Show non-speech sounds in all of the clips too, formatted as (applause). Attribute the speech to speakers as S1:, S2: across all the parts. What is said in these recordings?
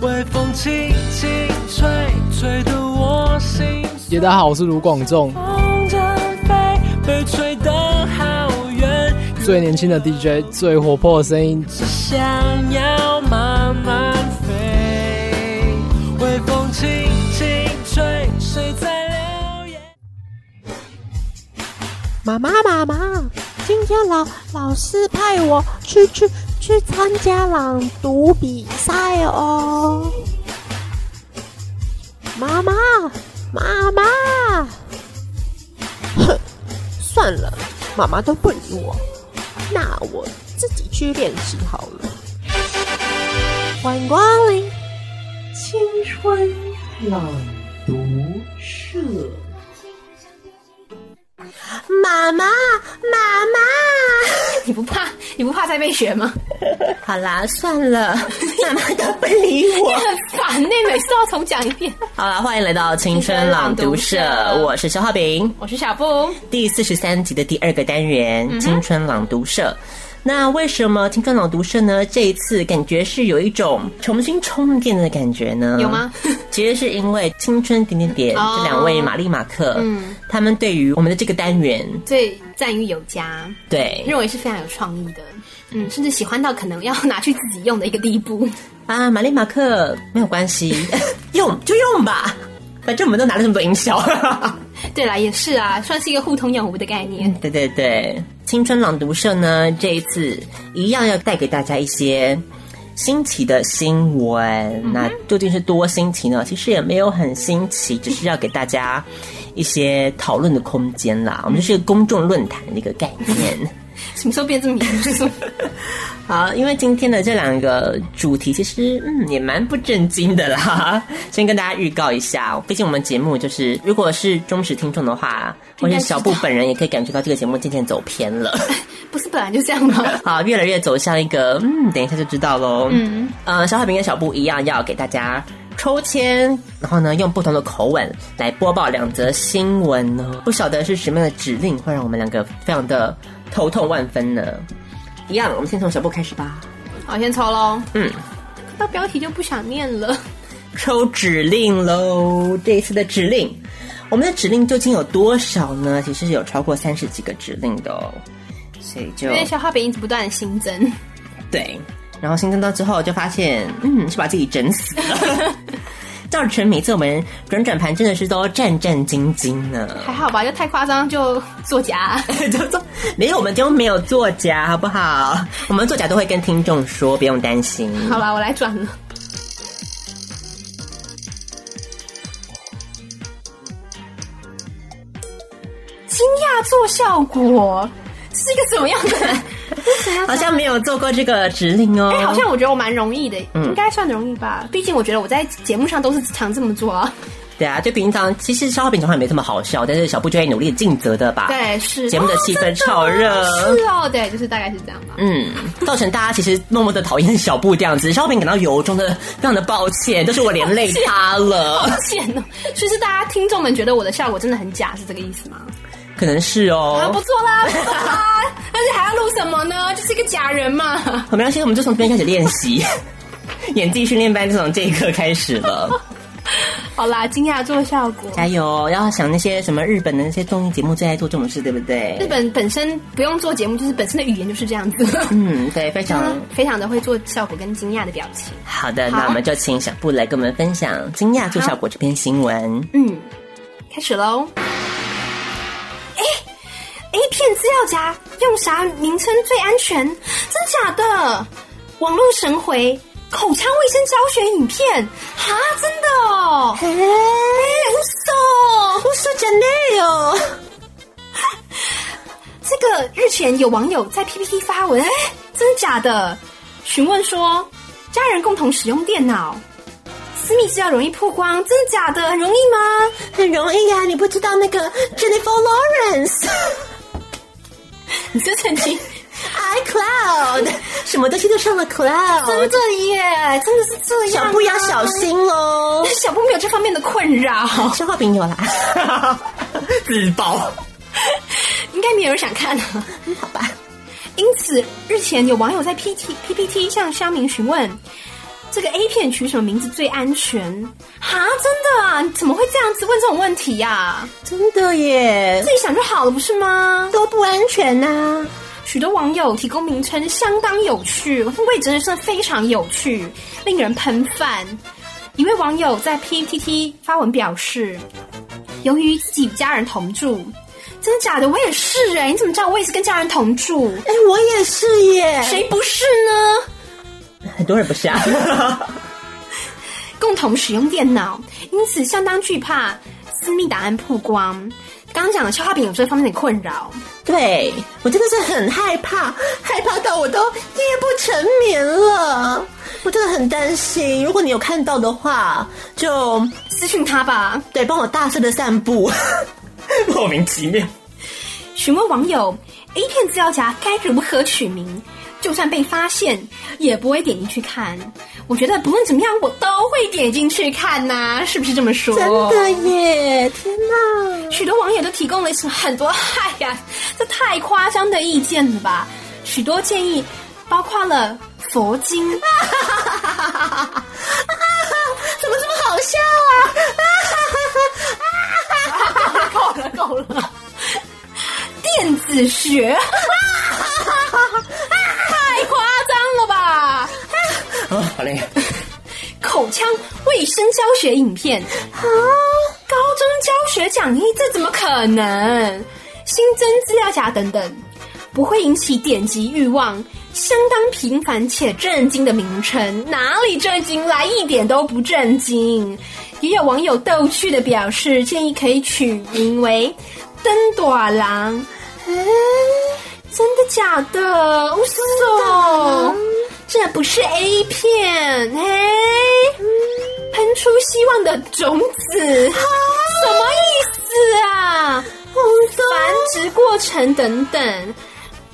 S1: 微风轻轻吹，吹得我心
S2: 耶，大家好，我是卢广仲，
S1: 风筝飞，被吹得好远，
S2: 最年轻的 DJ，最活泼的声音。
S1: 只想要慢慢飞。微风轻轻吹，谁在流言？
S3: 妈妈妈妈，今天老老师派我去去去参加朗读比赛哦。妈妈妈妈，哼，算了，妈妈都不理我，那我自己去练习好了。欢迎光临青春朗读社。妈妈，妈妈。
S4: (laughs) 你不怕？你不怕再被学吗？ (laughs)
S3: 好啦，算了，妈妈都不理我。
S4: 很烦呢、每次都要重讲一遍。
S5: 好啦，欢迎来到青春朗读
S4: 青
S5: 社
S4: 春朗读，社
S5: 我是肖浩炳。
S4: 我是小布，
S5: 第四十三集的第二个单元
S4: 嗯
S5: 《青春朗读社》。那为什么青春朗读社呢？这一次感觉是有一种重新充电的感觉呢？
S4: 有吗？
S5: (laughs) 其实是因为《青春点点点》
S4: 哦
S5: 这两位玛丽马克，嗯，他们对于我们的这个单元，
S4: 最赞誉有加，
S5: 对
S4: 认为是非常有创意的。嗯，甚至喜欢到可能要拿去自己用的一个地步。 (laughs)
S5: 啊，玛丽马克没有关系， (laughs) 用就用吧，反正我们都拿了这么多营销。
S4: 对啦，也是啊，算是一个互通有无的概念。
S5: 对对对，青春朗读社呢，这一次一样要带给大家一些新奇的新闻。那究竟是多新奇呢？其实也没有很新奇，只是要给大家一些讨论的空间啦。我们就是一个公众论坛的一个概念。
S4: 什么时候变这么严肃？ (laughs)
S5: 好，因为今天的这两个主题其实嗯也蛮不正经的啦， (laughs) 先跟大家预告一下，毕竟我们节目就是如果是忠实听众的话，或是小布本人也可以感觉到这个节目渐渐走偏了。
S4: 不是本来就这样 (laughs) 吗？
S5: 好，啊越来越走向一个，嗯，等一下就知道喽。嗯，呃，小海平跟小布一样，要给大家抽签，然后呢，用不同的口吻来播报两则新闻呢。不晓得是什么样的指令会让我们两个非常的头痛万分呢？一样，我们先从小布开始吧。
S4: 好，先抽喽。
S5: 嗯，
S4: 看到标题就不想念了。
S5: 抽指令喽！这一次的指令，我们的指令究竟有多少呢？其实有超过三十几个指令的哦，所以就
S4: 因为消化饼一直不断的新增，
S5: 对，然后新增到之后就发现，嗯，是把自己整死
S4: (laughs)
S5: 了，造成每次我们转转盘真的是都战战兢兢
S4: (laughs)
S5: 呢。
S4: 还好吧？就太夸张就作假。
S5: 就说没有，我们就没有作假，好
S4: (laughs)
S5: 不好？我们作假都会跟听众说，不用担心。
S4: 好啦，我来转了。惊讶做效果是一个怎么样的？
S5: 好像没有做过这个指令哦。
S4: 哎、好像我觉得我蛮容易的，应该算容易吧。毕竟我觉得我在节目上都是常这么做啊。
S5: 对啊，就平常其实烧饼讲话也没这么好笑，但是小布就会努力尽责的把
S4: 对，是
S5: 节目的气氛炒热。
S4: 是哦，对，就是大概是这样吧。
S5: 嗯，造成大家其实默默的讨厌小布这样子，烧饼感到由衷的非常的抱歉，就是我连累他
S4: (laughs)
S5: 了，
S4: 贱哦！所以是大家听众们觉得我的效果真的很假，是这个意思吗？
S5: 可能是
S4: 啊，不
S5: 哦。
S4: 错啦，不错啦， (laughs) 而且还要录什么呢？就是一个假人嘛。
S5: 好，没关系，我们就从这边开始练习， (laughs) 演技训练班就从这一刻开始 (laughs) 了。
S4: 好啦，惊讶做效果。
S5: 加油哦！要想那些什么日本的那些综艺节目最爱做这种事，对不对
S4: 日？本本身不用做节目，就是本身的语言就是这样子，
S5: 嗯，对，非常
S4: 非常的会做效果跟惊讶的表情。
S5: 好啊的。
S4: 好
S5: 那我们就请小布来跟我们分享《惊讶做效果》这篇新闻。
S4: 嗯，开始喽。哎，A 片资料夹用啥名称最安全？真假的？网络神回口腔卫生教学影片？哈，真的哦？哎，嘘嘘真的哟。 (laughs) 这个日前有网友在 PPT 发文，哎，真的假的？询问说，家人共同使用电脑，私密资料容易曝光，真的假的？很容易吗？
S5: 很容易呀、你不知道那个 Jennifer Lawrence
S4: 你这曾经
S5: iCloud 什么东西都上了 Cloud，
S4: 真的耶，真的是这样、
S5: 小布要小。心哦
S4: 但。是小布没有这方面的困扰，
S5: 消化饼有啦，自爆。
S4: 应该没有人想看啊。
S5: 好吧，
S4: 因此，日前有网友在 PT PPT 向乡民询问：这个 A 片取什么名字最安全？哈，真的啊？你怎么会这样子问这种问题呀、
S5: 真的耶
S4: 自，己想就好了，不是吗？
S5: 都不安全啊呐、
S4: 许多网友提供名称相当有趣，我也真的是非常有趣，令人喷饭。一位网友在 PTT 发文表示，由于自己与家人同住，真的假的？我也是哎、你怎么知道我也是跟家人同住？
S5: 哎、我也是耶，
S4: 谁不是呢？
S5: (laughs) 很多人不是啊。
S4: 共同使用电脑，因此相当惧怕私密档案曝光。刚刚讲的消化饼有这方面的困扰，
S5: (laughs) 对我真的是很害怕，害怕到我都夜不成眠了。我真的很担心，如果你有看到的话，就
S4: 私讯他吧。
S5: 对帮我大声的散步。 (laughs) 莫名其妙，
S4: 询问网友 A 片资料夹该如何取名，就算被发现也不会点进去看。我觉得不论怎么样，我都会点进去看呐、是不是这么说？
S5: 真的耶！天哪，
S4: 许多网友都提供了很多，哎呀，这太夸张的意见了吧？许多建议包括了佛
S5: (laughs)
S4: 经，
S5: 怎么这么好笑啊？
S4: (laughs) 电子学， (laughs) 太夸张了吧？
S5: 啊、好嘞，
S4: 口腔卫生教学影片啊，高中教学讲义，这怎么可能？新增资料夹等等，不会引起点击欲望，相当平凡且震惊的名称，哪里震惊来？一点都不震惊。也有网友逗趣的表示，建议可以取名为“灯朵郎”。真的假的？乌索，这不是 A 片，嘿，喷出希望的种子，什么意思啊？繁殖过程等等。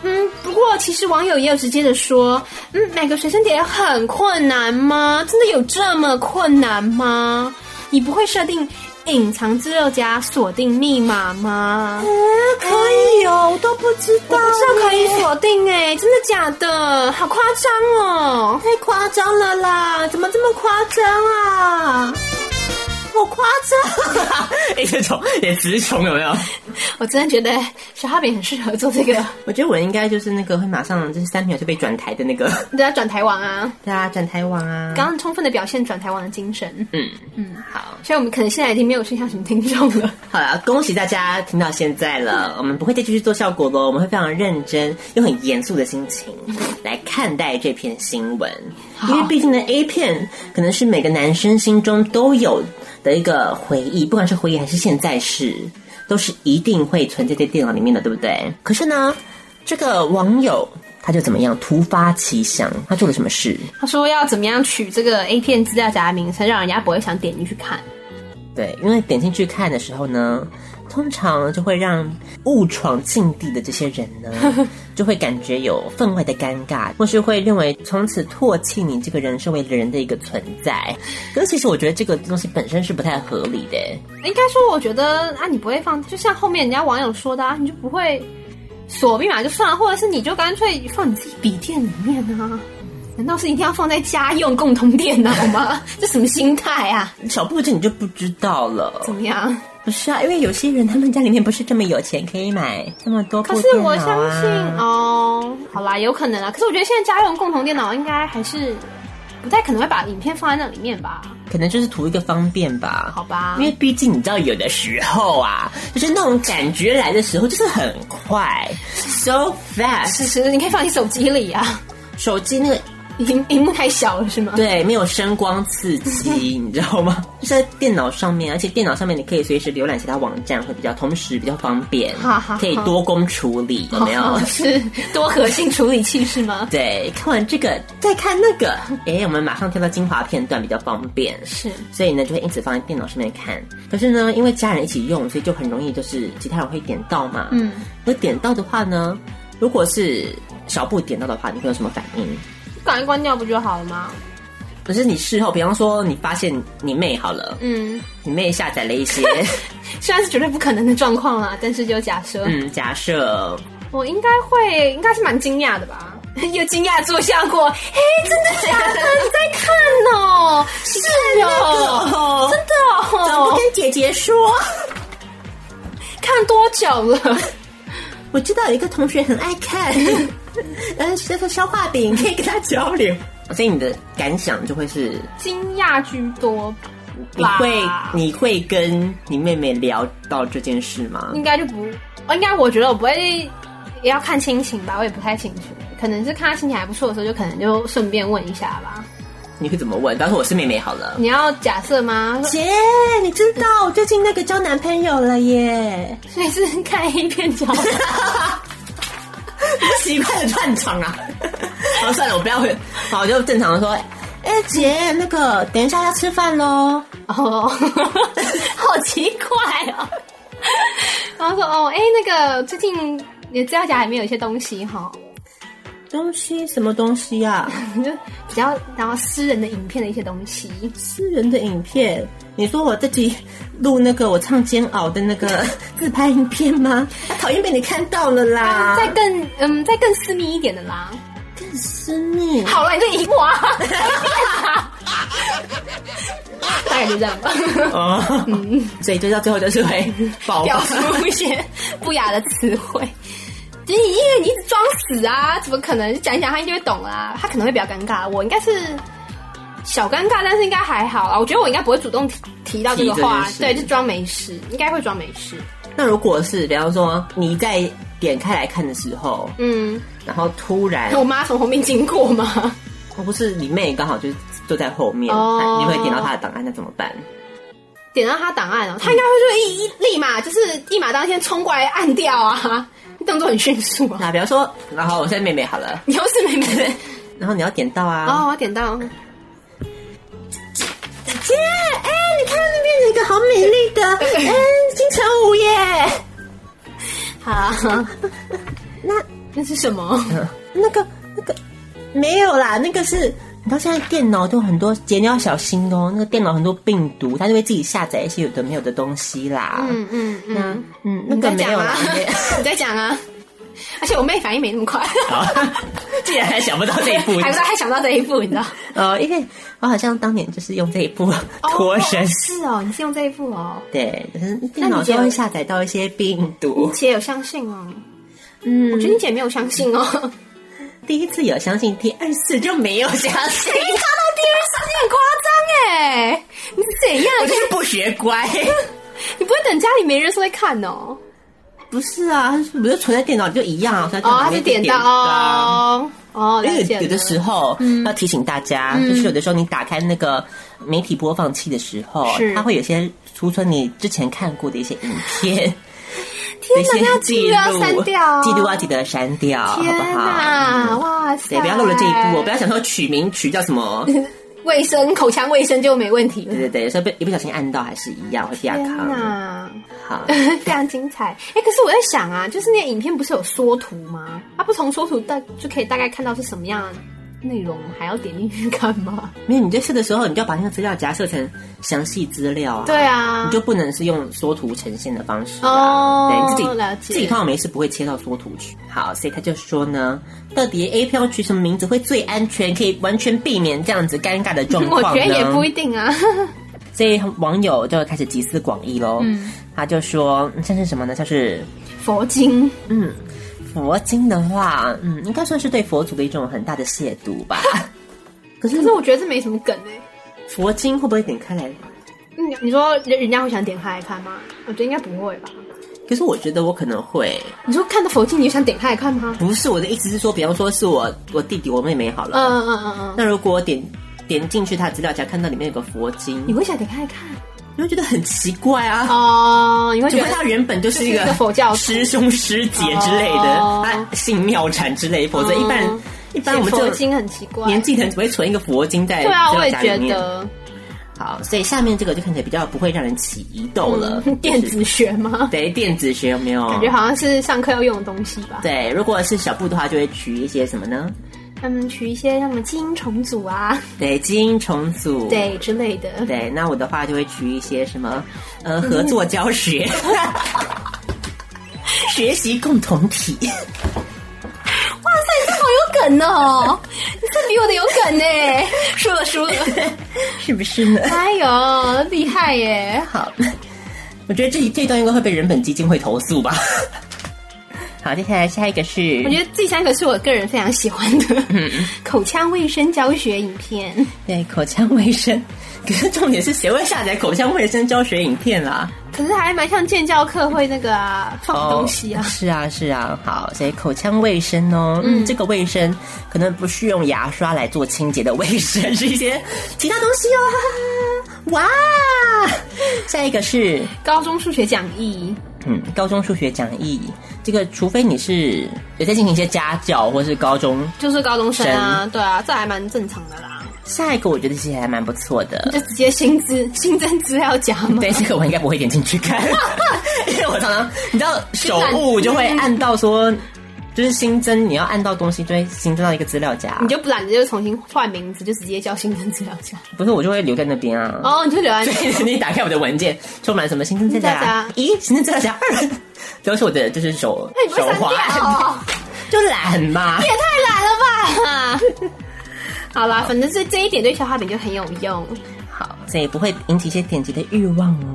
S4: 嗯，不过其实网友也有直接的说，嗯，买个随身碟很困难吗？真的有这么困难吗？你不会设定隐藏资料夹锁定密码吗？
S5: 可以哦，我都不知
S4: 我
S5: 道，
S4: 不知道可以锁定哎、真的假的？好夸张哦！
S5: 太夸张了啦！怎么这么夸张啊？好夸张、啊！哎、这种也词穷有没有？
S4: (laughs) 我真的觉得小哈饼很适合做这
S5: (laughs)
S4: 个，
S5: 我觉得我应该就是那个会马上就是三秒就被转台的那个，
S4: 对啊，转台王啊，
S5: (laughs) 对啊，转台王啊。
S4: 刚刚充分的表现转台王的精神。
S5: 嗯，
S4: 好，所以我们可能现在已经没有剩下什么听众
S5: (laughs)
S4: 了。
S5: 好了，恭喜大家听到现在了，我们不会再继续做效果了，我们会非常认真用很严肃的心情来看待这篇新闻，因为毕竟呢，A 片可能是每个男生心中都有的一个回忆，不管是回忆还是现在式，都是一定会存在在电脑里面的，对不对？可是呢，这个网友。他就怎么样？突发奇想，他做了什么事？
S4: 他说要怎么样取这个 A 片资料夹的名称，让人家不会想点进去看。
S5: 对，因为点进去看的时候呢，通常就会让误闯禁地的这些人
S4: (laughs)
S5: 呢，就会感觉有分外的尴尬，或是会认为从此唾弃你这个人是为人的一个存在。可是其实我觉得这个东西本身是不太合理的。
S4: 应该说，我觉得啊，你不会放，就像后面人家网友说的啊，你就不会锁密码就算了，或者是你就干脆放你自己笔电里面啊。难道是一定要放在家用共同电脑吗？ (laughs) 这什么心态啊？
S5: 小布这你就不知道了
S4: 怎，么样？
S5: 不是啊？因为有些人他们家里面不是这么有钱，可以买这么多部
S4: 可是
S5: 电脑
S4: 我
S5: 啊。
S4: 相信哦，好啦，有可能啊。可是我觉得现在家用共同电脑应该还是不太可能会把影片放在那里面吧？
S5: 可能就是图一个方便吧。
S4: 好吧
S5: 因为毕竟你知道，有的时候啊，就是那种感觉来的时候，就是很快，so
S4: 其
S5: fast。
S4: 实你可以放你手机里啊，
S5: 手机那个
S4: 荧荧幕太小了是吗？
S5: 对没有声光刺
S4: (laughs)
S5: 激，你知道吗？就是在电脑上面，而且电脑上面你可以随时浏览其他网站，会比较同时比较方便
S4: 哈哈哈，
S5: 可以多工处理，有没有 (laughs)
S4: 哦？ (laughs) 是多核心处理器是吗？
S5: 对，看完这个再看那个，哎，我们马上跳到精华片段比较方便。
S4: 是
S5: 所以呢，就会因此放在电脑上面看。可是呢，因为家人一起用，所以就很容易就是其他人会点到嘛。
S4: 嗯，
S5: 而点到的话呢，如果是小布点到的话，你会有什么反应？
S4: 赶快 (laughs) 关掉不就好了吗？
S5: 可是你事后，比方说你发现你妹好了，
S4: 嗯，
S5: 你妹下载了一 (laughs) 些，
S4: 虽然是绝对不可能的状况啦，但是就假设、
S5: 嗯，假设
S4: 我应该会，应该是蛮惊讶的吧？ (laughs) 又惊讶坐下过，哎，真的假的？你在看哦？ (laughs) 是哦，真的
S5: 怎么不
S4: 哦，
S5: 跟姐姐说？
S4: 看多久了？
S5: 我知道有一个同学很爱 (laughs) 看，嗯，这个消化饼可以跟他交流。所以你的感想就会是，
S4: (laughs) 惊讶居多
S5: 你会
S4: 吧
S5: 你会跟你妹妹聊到这件事吗？
S4: 应该就不，哦应该我觉得我不会，也要看心情吧，我也不太清楚，可能是看他心情还不错的时候，就可能就顺便问一下吧。
S5: 你会怎么问？当时我是妹妹好了，
S4: 你要假设 (laughs) 吗？
S5: 姐，你知道我最近那个交男朋友了耶？
S4: 所以是看黑片角，
S5: 奇怪的串场啊！ (laughs) 好，算了，我不要回。好，我就正常的说，哎、姐，那个等一下要吃饭喽。
S4: 哦， (laughs) 好奇怪哦。然后说哦，哎、那个最近你的资料夹里面有一些东西哈， (laughs)
S5: 东西什么东西啊？
S4: 就比较然后私人的影片的一些东西，
S5: 私人的影片？你说我自己录那个我唱煎熬的那个 (laughs) 自拍影片吗？啊讨厌被你看到了啦！
S4: 再更嗯再更私密一点的啦。
S5: 私密，
S4: 好了，你这一哇，黑片啊 (laughs) 大概就这样吧。
S5: 哦，
S4: 嗯
S5: (laughs) 所以就到最后就是会
S4: (laughs)
S5: 爆
S4: 表
S5: 发。
S4: 出一些不雅的词汇。 (laughs) 你因为你一直装死啊，怎么可能？讲一讲他一定会懂啦、他可能会比较尴尬，我应该是小尴尬，但是应该还好啊。我觉得我应该不会主动提提到这个话
S5: 提，这
S4: 对，
S5: 件事
S4: 就装没事，应该会装没事。
S5: 那如果是比方说你在点开来看的时候，
S4: 嗯，
S5: 然后突然
S4: 我妈从后面经过嘛， (laughs)
S5: 哦，不是你妹刚好就坐在后面，
S4: 哦
S5: 那你会点到她的档案，那怎么办？
S4: 点到她档案哦，她应该会就一一立马就是一马当先冲过来按掉啊，动作很迅速啊。
S5: 那比方说，然后我现在妹妹好了，
S4: 你又是妹妹
S5: 然后你要点到啊，
S4: 哦，我点到
S5: 姐，哎、你看那边有一个好美丽
S4: (laughs)
S5: 的，哎、金城武耶，
S4: 好，
S5: 那
S4: (laughs) 那是什么？
S5: 那个那个没有啦，那个是。你知道现在电脑都很多，姐你要小心哦。那个电脑很多病毒，它就会自己下载一些有的没有的东西啦。嗯
S4: 嗯嗯嗯，
S5: 嗯，那
S4: 你
S5: 个
S4: 在
S5: 没
S4: 讲
S5: 有啦
S4: 啊。 (laughs)
S5: 没有，
S4: 你在讲啊。而且我妹反应没那么快，
S5: 好，竟然还想不到这一步，
S4: 还不知道还想到这一步，你知道？
S5: 呃，因为我好像当年就是用这一
S4: 哦
S5: 部脱身，
S4: 是哦，你是用这一步哦。
S5: 对，可是电脑就会下载到一些病毒。
S4: 姐有相信哦，
S5: 嗯，
S4: 我觉得你姐没有相信哦。你
S5: 第一次有相信，第二次就没有
S4: (laughs)
S5: 相信。
S4: 看到第二次你很夸张哎， (laughs) 你是怎样？
S5: 我就是不学乖，
S4: 你不会等家里没人说会看哦？
S5: 不是啊，不是存在电脑就一样啊，存在
S4: 哦，
S5: 电
S4: 她
S5: 脑里
S4: 是
S5: 面就
S4: 点到
S5: 啊。
S4: 哦哦，
S5: 因
S4: 了
S5: 为
S4: 解嗯
S5: 有的时
S4: 了
S5: 候要提醒大家，就是有的时候你打开那个媒体播放器的时候，
S4: 是
S5: 它会有些储存你之前看过的一些影片。
S4: 天哪，
S5: 有一
S4: 那
S5: 些
S4: 要
S5: 记
S4: 记录要
S5: 录
S4: 删掉，
S5: 记录啊要记得删掉，好不
S4: 天哪，
S5: 好？嗯
S4: 哇塞！
S5: 对，不要漏了这一步哦，不要想说取名取叫什么，
S4: 卫生口腔卫生就没问题了
S5: 对。对对，所以被一不小心按到还是一样会亚
S4: 天
S5: 康。
S4: 哪！ (laughs)
S5: 好，
S4: 非常精彩。哎、可是我在想啊，就是那个影片不是有缩图吗？它不从缩图大就可以大概看到是什么样的内容，还要点进去看吗？
S5: 没有你在设的时候，你就要把那个资料夹设成详细资料啊。
S4: 对。啊，
S5: 你就不能是用缩图呈现的方式啊
S4: 哦
S5: 对你自
S4: 了
S5: 己
S4: 解
S5: 自己通常没事不会切到缩图去。好，所以他就说呢，到底 A 片要取什么名字会最安全，可以完全避免这样子尴尬的状
S4: (laughs) (laughs) 我
S5: 况呢？
S4: 觉得也不一定啊。
S5: 所以网友就开始集思广益喽。
S4: 嗯
S5: 他就说嗯像是什么呢？像是
S4: 佛经
S5: 嗯，佛经的话，嗯，应该算是对佛祖的一种很大的亵渎吧。 (laughs) 可是
S4: 可是我觉得这没什么梗哎、
S5: 佛经会不会点开来？
S4: 你你说人人家会想点开来看吗？我觉得应该不会吧。
S5: 可是我觉得我可能会，
S4: 你说看到佛经你就想点开来看吗？
S5: 不是我的意思是说，比方说是我我弟弟我妹妹好了，
S4: 嗯嗯嗯嗯嗯，
S5: 那如果我点点进去他的资料夹，看到里面有个佛经，
S4: 你
S5: 你
S4: 会想点开来看
S5: 会觉得很奇怪啊。
S4: 哦？你会
S5: 除
S4: 觉
S5: 非
S4: 得
S5: 他原本就是一
S4: 就是一个
S5: 个
S4: 佛教徒
S5: 师兄师姐之类的，
S4: 哦
S5: 他信妙禅之类，否则一般人、
S4: 嗯
S5: 一般我们这
S4: 佛
S5: 种
S4: 经很奇怪，
S5: 年纪的人只会存一个佛经在
S4: 对啊，
S5: 资
S4: 我
S5: 料
S4: 也
S5: 夹
S4: 觉
S5: 里面
S4: 得
S5: 好，所以下面这个就看起来比较不会让人起疑窦了，就是
S4: 嗯电子学吗？
S5: (laughs) 对电子学有没有？
S4: 感觉好像是上课要用的东西吧。
S5: 对，如果是小布的话，就会取一些什么呢？
S4: 他们取一些像什么基因重组啊，
S5: 对，基因重组，
S4: 对之类的。
S5: 对，那我的话就会取一些什么呃合作教学， (laughs) 学习共同体，
S4: 哇塞，你这好有梗梗哦！你这比我的有梗 (laughs) 呢，输了输 (laughs) 了！
S5: 是不是呢？
S4: 哎呦，厉害耶！
S5: 好，我觉得这这一段应该会被人本基金会投诉吧。好，接下来下一个是，
S4: 我觉得这三个是我个人非常喜欢的
S5: 嗯
S4: (laughs) 口腔卫生教学影片。
S5: 对口腔卫生， (laughs) 可是重点是谁会下载口腔卫生教学影片啦、
S4: 可是还蛮像建教课会那个啊，放东西啊
S5: 哦。是啊，是啊，好，所以口腔卫生哦，嗯，这个卫生可能不是用牙刷来做清洁的卫生， (laughs) 是一些其他东西哦。 (laughs) 哇，下一个是
S4: 高中数学讲义，
S5: 嗯，高中数学讲义，这个除非你是有在进行一些家教或是高中。
S4: 就是高中生啊，对啊，这还蛮正常的啦。
S5: 下一个我觉得其实还蛮不错的，
S4: 就直接新资 (laughs) 新增资料夹嘛。
S5: 对，这个我应该不会点进去看， (laughs) 因为我常常你知道手误就会按到说，就是新增你要按到东西就会新增到一个资料夹，
S4: 你就不懒得就重新换名字，就直接叫新增资料夹。
S5: 不是我就会留在那边啊。
S4: 哦，你就留在 (laughs) 那
S5: 对， (laughs) 你打开我的文件，充满什么新增资料夹
S4: 增资料夹
S5: 一、新增资料夹二， (laughs) 都是我的就是手
S4: 啊哎那你不会
S5: 手
S4: 删掉
S5: 滑，
S4: 哦？
S5: (laughs) 就懒嘛
S4: (laughs) 你。也太懒了吧！
S5: 嗯
S4: (laughs) 好啦，反正这这一点对消化饼就很有用。
S5: 好，所以不会引起一些点击的欲望哦。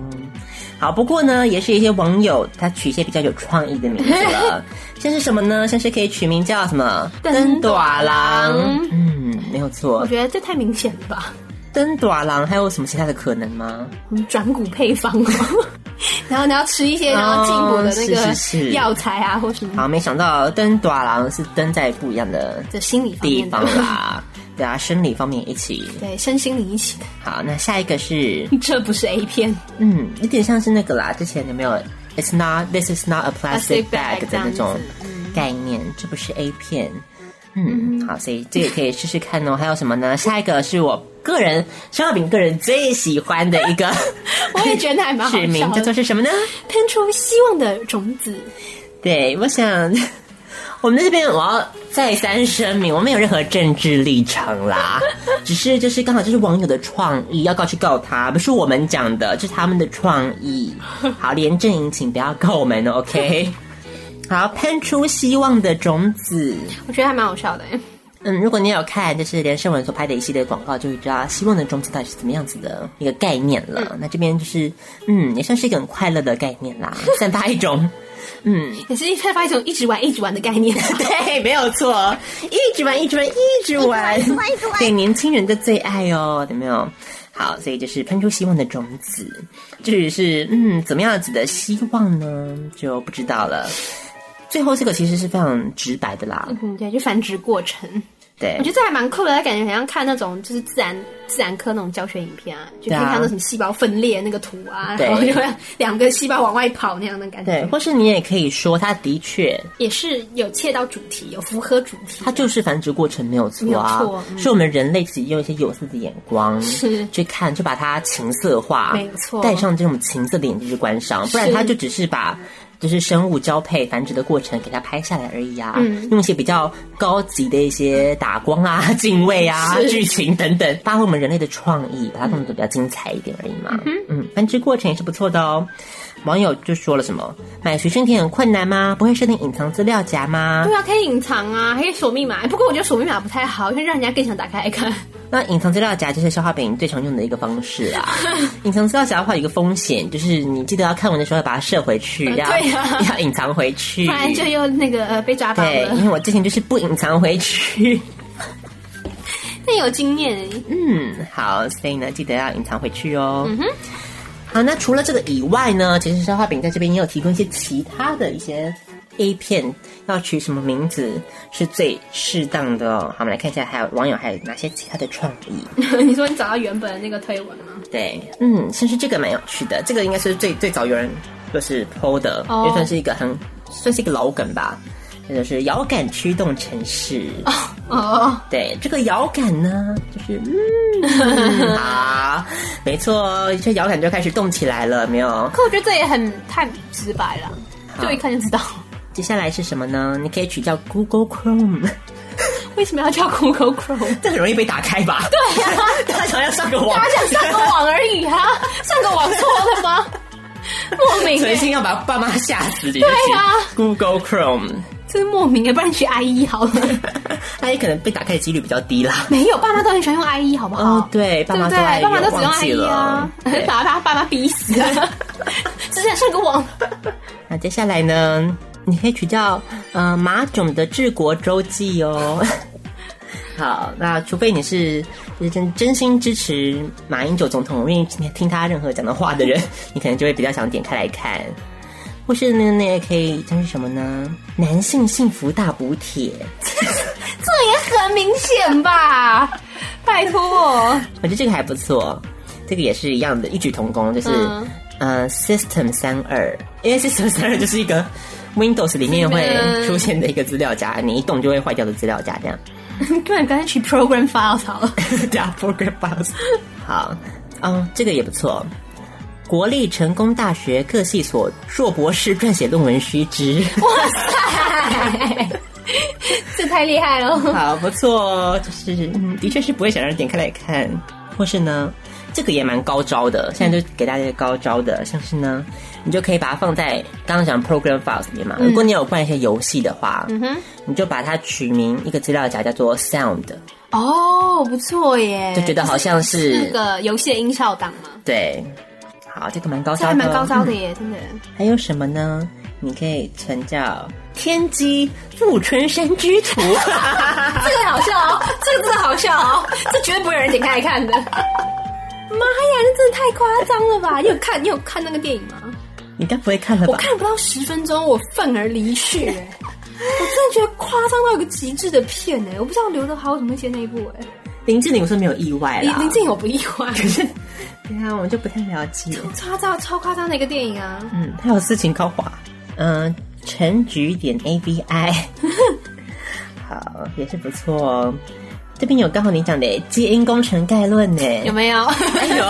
S5: 好，不过呢，也是一些网友他取一些比较有创意的名字
S4: (laughs)
S5: 了，像是什么呢？像是可以取名叫什么“
S4: 灯
S5: 短郎
S4: 郎”，
S5: 嗯，没有
S4: 我
S5: 错，“
S4: 觉得这太明显了吧？
S5: 灯短郎”还有什么其他的可能吗？
S4: 我们转骨配方哦， (laughs) 然后你要吃一些然后进补的那
S5: 哦是是
S4: 个
S5: 是
S4: 药材啊，或什么
S5: 好，没想到“灯短郎”是灯在不一样的
S4: 的心理方
S5: 地
S4: 面
S5: 方
S4: 的， (laughs)
S5: 啦，对啊，生理方面一起。
S4: 对，身心灵一起的。
S5: 好，那下一个
S4: (laughs)
S5: 是，
S4: 这不是 A
S5: (laughs)
S4: 片，
S5: 嗯，有点像是那个啦，之前有没有？It's not, this is not a plastic
S4: Plastic
S5: bag
S4: bag
S5: 的那种
S4: 这嗯
S5: 概念，这不是 A 片。嗯，好，所以这个可以试试看哦。还有什么呢？下一个是我个人肖小饼个人最喜欢的一个
S4: (laughs) 我也觉得还蛮好
S5: (laughs) 取名，
S4: 笑
S5: 叫做
S4: 的。
S5: 是什么呢？
S4: 喷出希望的种子，
S5: 对，我想 (laughs) 我们在这边我要再三声明，我没有任何政治立场啦，只是就是刚好就是网友的创意，要告去告他，不是我们讲的，这是他们的创意。好，连阵营请不要告我们，OK？好，喷出希望的种子。
S4: 我觉得还蛮好笑的。
S5: 嗯，如果你有看就是连胜文所拍的一系列广告，就会知道希望的种子到底是怎么样子的一个概念了。那这边就是，嗯，也算是一个很快乐的概念啦，散发一种，嗯，
S4: 也是开发一种一直玩一直玩的概
S5: (laughs)
S4: 念，
S5: 对，没有错，一直玩，一直玩，一直玩，对年轻人的最爱哦，有没有？好，所以就是喷出希望的种子，至于是嗯怎么样子的希望呢，就不知道了。最后这个其实是非常直白的啦，
S4: 嗯，对，就繁殖过程。
S5: 对
S4: 我觉，得这还蛮酷的，感觉很像看那种就是自然自然科那种教学影片啊，就可以
S5: 对啊
S4: 看到什么细胞分裂那个图啊，
S5: 对
S4: 然后就会两个细胞往外跑那样的感觉。
S5: 对，或是你也可以说，它的确
S4: 也是有切到主题，有符合主题。
S5: 它就是繁殖过程没有错啊，
S4: 没有错嗯
S5: 是我们人类自己用一些有色的眼光
S4: 是
S5: 去看，就把它情色化，
S4: 没有错
S5: 戴上这种情色的眼镜去观赏，不然
S4: 是
S5: 它就只是把就是生物交配繁殖的过程给它拍下来而已啊，
S4: 嗯
S5: 用一些比较高级的一些打光啊、 (laughs) 敬畏啊、
S4: 是
S5: 剧情等等，发挥我们人类的创意，把它弄得比较精彩一点而已嘛。嗯繁殖过程也是不错的哦。网友就说了什么：买随身听很困难吗？不会设定隐藏资料夹吗？
S4: 对啊，可以隐藏啊，还可以锁密码。不过我觉得锁密码不太好，因为让人家更想打开来 (laughs) 看。
S5: 那隐藏资料夹就是消化饼最常用的一个方式啊。
S4: (laughs)
S5: 隐藏资料夹的话，有一个风险就是你记得要看完的时候要把它射回去，
S4: 呃
S5: 要、
S4: 对啊
S5: (laughs) 要隐藏回去
S4: 不。然就又那个呃被抓包
S5: 对，因
S4: 了。
S5: 为我之前就是不隐藏回去。
S4: 那有经验欸，
S5: 嗯，好，所以呢，记得要隐藏回去哦。嗯哼。好，那除了这个以外呢，其实消化饼在这边也有提供一些其他的一些 A 片，要取什么名字是最适当的哦。好，我们来看一下，还有网友还有哪些其他的创意。
S4: 你说你找到原本的那个推文吗？
S5: 对，嗯，先是这个蛮有趣的，这个应该是最最早有人就是 PO 的，
S4: 哦
S5: 也算是一个很算是一个老梗吧，这就是遥感驱动城市。
S4: 哦，
S5: 对，这个遥感呢，就是嗯， (laughs) 好，没错，这遥感就开始动起来了，没有？
S4: 可我觉得这也很太直白了，就一看就知道。
S5: 接下来是什么呢？你可以取叫 Google Chrome，
S4: 为什么要叫 Google Chrome？
S5: 这很容易被打开吧？对呀、大家想要上个
S4: (laughs)
S5: 网，
S4: 他想上个网而已啊，上个网错了 (laughs) 吗？莫名、
S5: 存
S4: 欸。
S5: 心要把爸妈吓死，你就
S4: 对啊
S5: 去 Google Chrome。 (laughs)
S4: 真莫名哎，不然你学 IE 好了。
S5: 那也可能被打开的几率比较低啦。
S4: (laughs) 没有，爸妈都很喜欢用 IE，好不好？
S5: 哦，对，爸
S4: 对
S5: 妈
S4: 不
S5: 都
S4: 对？
S5: 爱
S4: 爸妈都只用
S5: 忘记
S4: IE 啊 (laughs)
S5: 了。，对
S4: 把他爸妈逼死 (laughs) 啊！只想上个网。
S5: 那接下来呢，你可以取叫呃马囧的治国周记哦。
S4: (laughs)
S5: 好，那除非你是就是真真心支持马英九总统，愿意听听他任何讲的话的人， (laughs) 你可能就会比较想点开来看。或是呢，那也可以像是什么呢？男性幸福大补帖，
S4: 这也很明显吧？拜 (laughs) 托，
S5: 我觉得这个还不错，这个也是一样的，异曲同工，就是、
S4: 嗯
S5: 呃，System 三二，因为 System 三二就是一个 Windows 里面会出现的一个资料夹，你一动就会坏掉的资料夹，这样。
S4: 不然干脆取 program files 好了。
S5: 加 program files。好，嗯，这个也不错。国立成功大学各系所硕博士撰写论文须知，
S4: 哇塞， (laughs) 这太厉害
S5: (laughs)
S4: 了！
S5: 好不错哦，就是嗯，的确是不会想让人点开来看，或是呢，这个也蛮高招的，现在就给大家一个高招的，像是呢，你就可以把它放在刚刚讲 program files 里面嘛，如果你有办一些游戏的话，嗯哼，你就把它取名一个资料夹叫做 sound，
S4: 哦，不错耶，
S5: 就觉得好像是
S4: 是个游戏的音效档嘛，
S5: 对，好，这个蛮高
S4: 这
S5: 招的，哦
S4: 还蛮高招的耶，真的。
S5: (laughs) 还有什么呢？你可以存叫天机富春山居 (laughs) 图，
S4: 这个好笑哦，这个真的好笑哦，这绝对不会有人点开来看的。 (laughs) 妈呀，这真的太夸张了吧！你有看你有看那个电影吗？
S5: 你该不会看了
S4: 我
S5: 吧？
S4: 看不到十分钟，我愤而离去、 (laughs) 哎我真的觉得夸张到一个极致的片哎、我不知道刘德华为什么会接那一部哎、
S5: 林志玲我是没有意外
S4: 林
S5: 啦。
S4: 林志颖我不意 (laughs) 外，可是
S5: 对啊，我们就不太了
S4: (laughs)
S5: 解。
S4: 夸张超夸张的一个电影啊！
S5: 嗯，还有事情高华，嗯、陈局点 A V I，好，也是不错哦。这边有刚好你讲的基因工程概论呢，
S4: 有没有？
S5: 哎呦，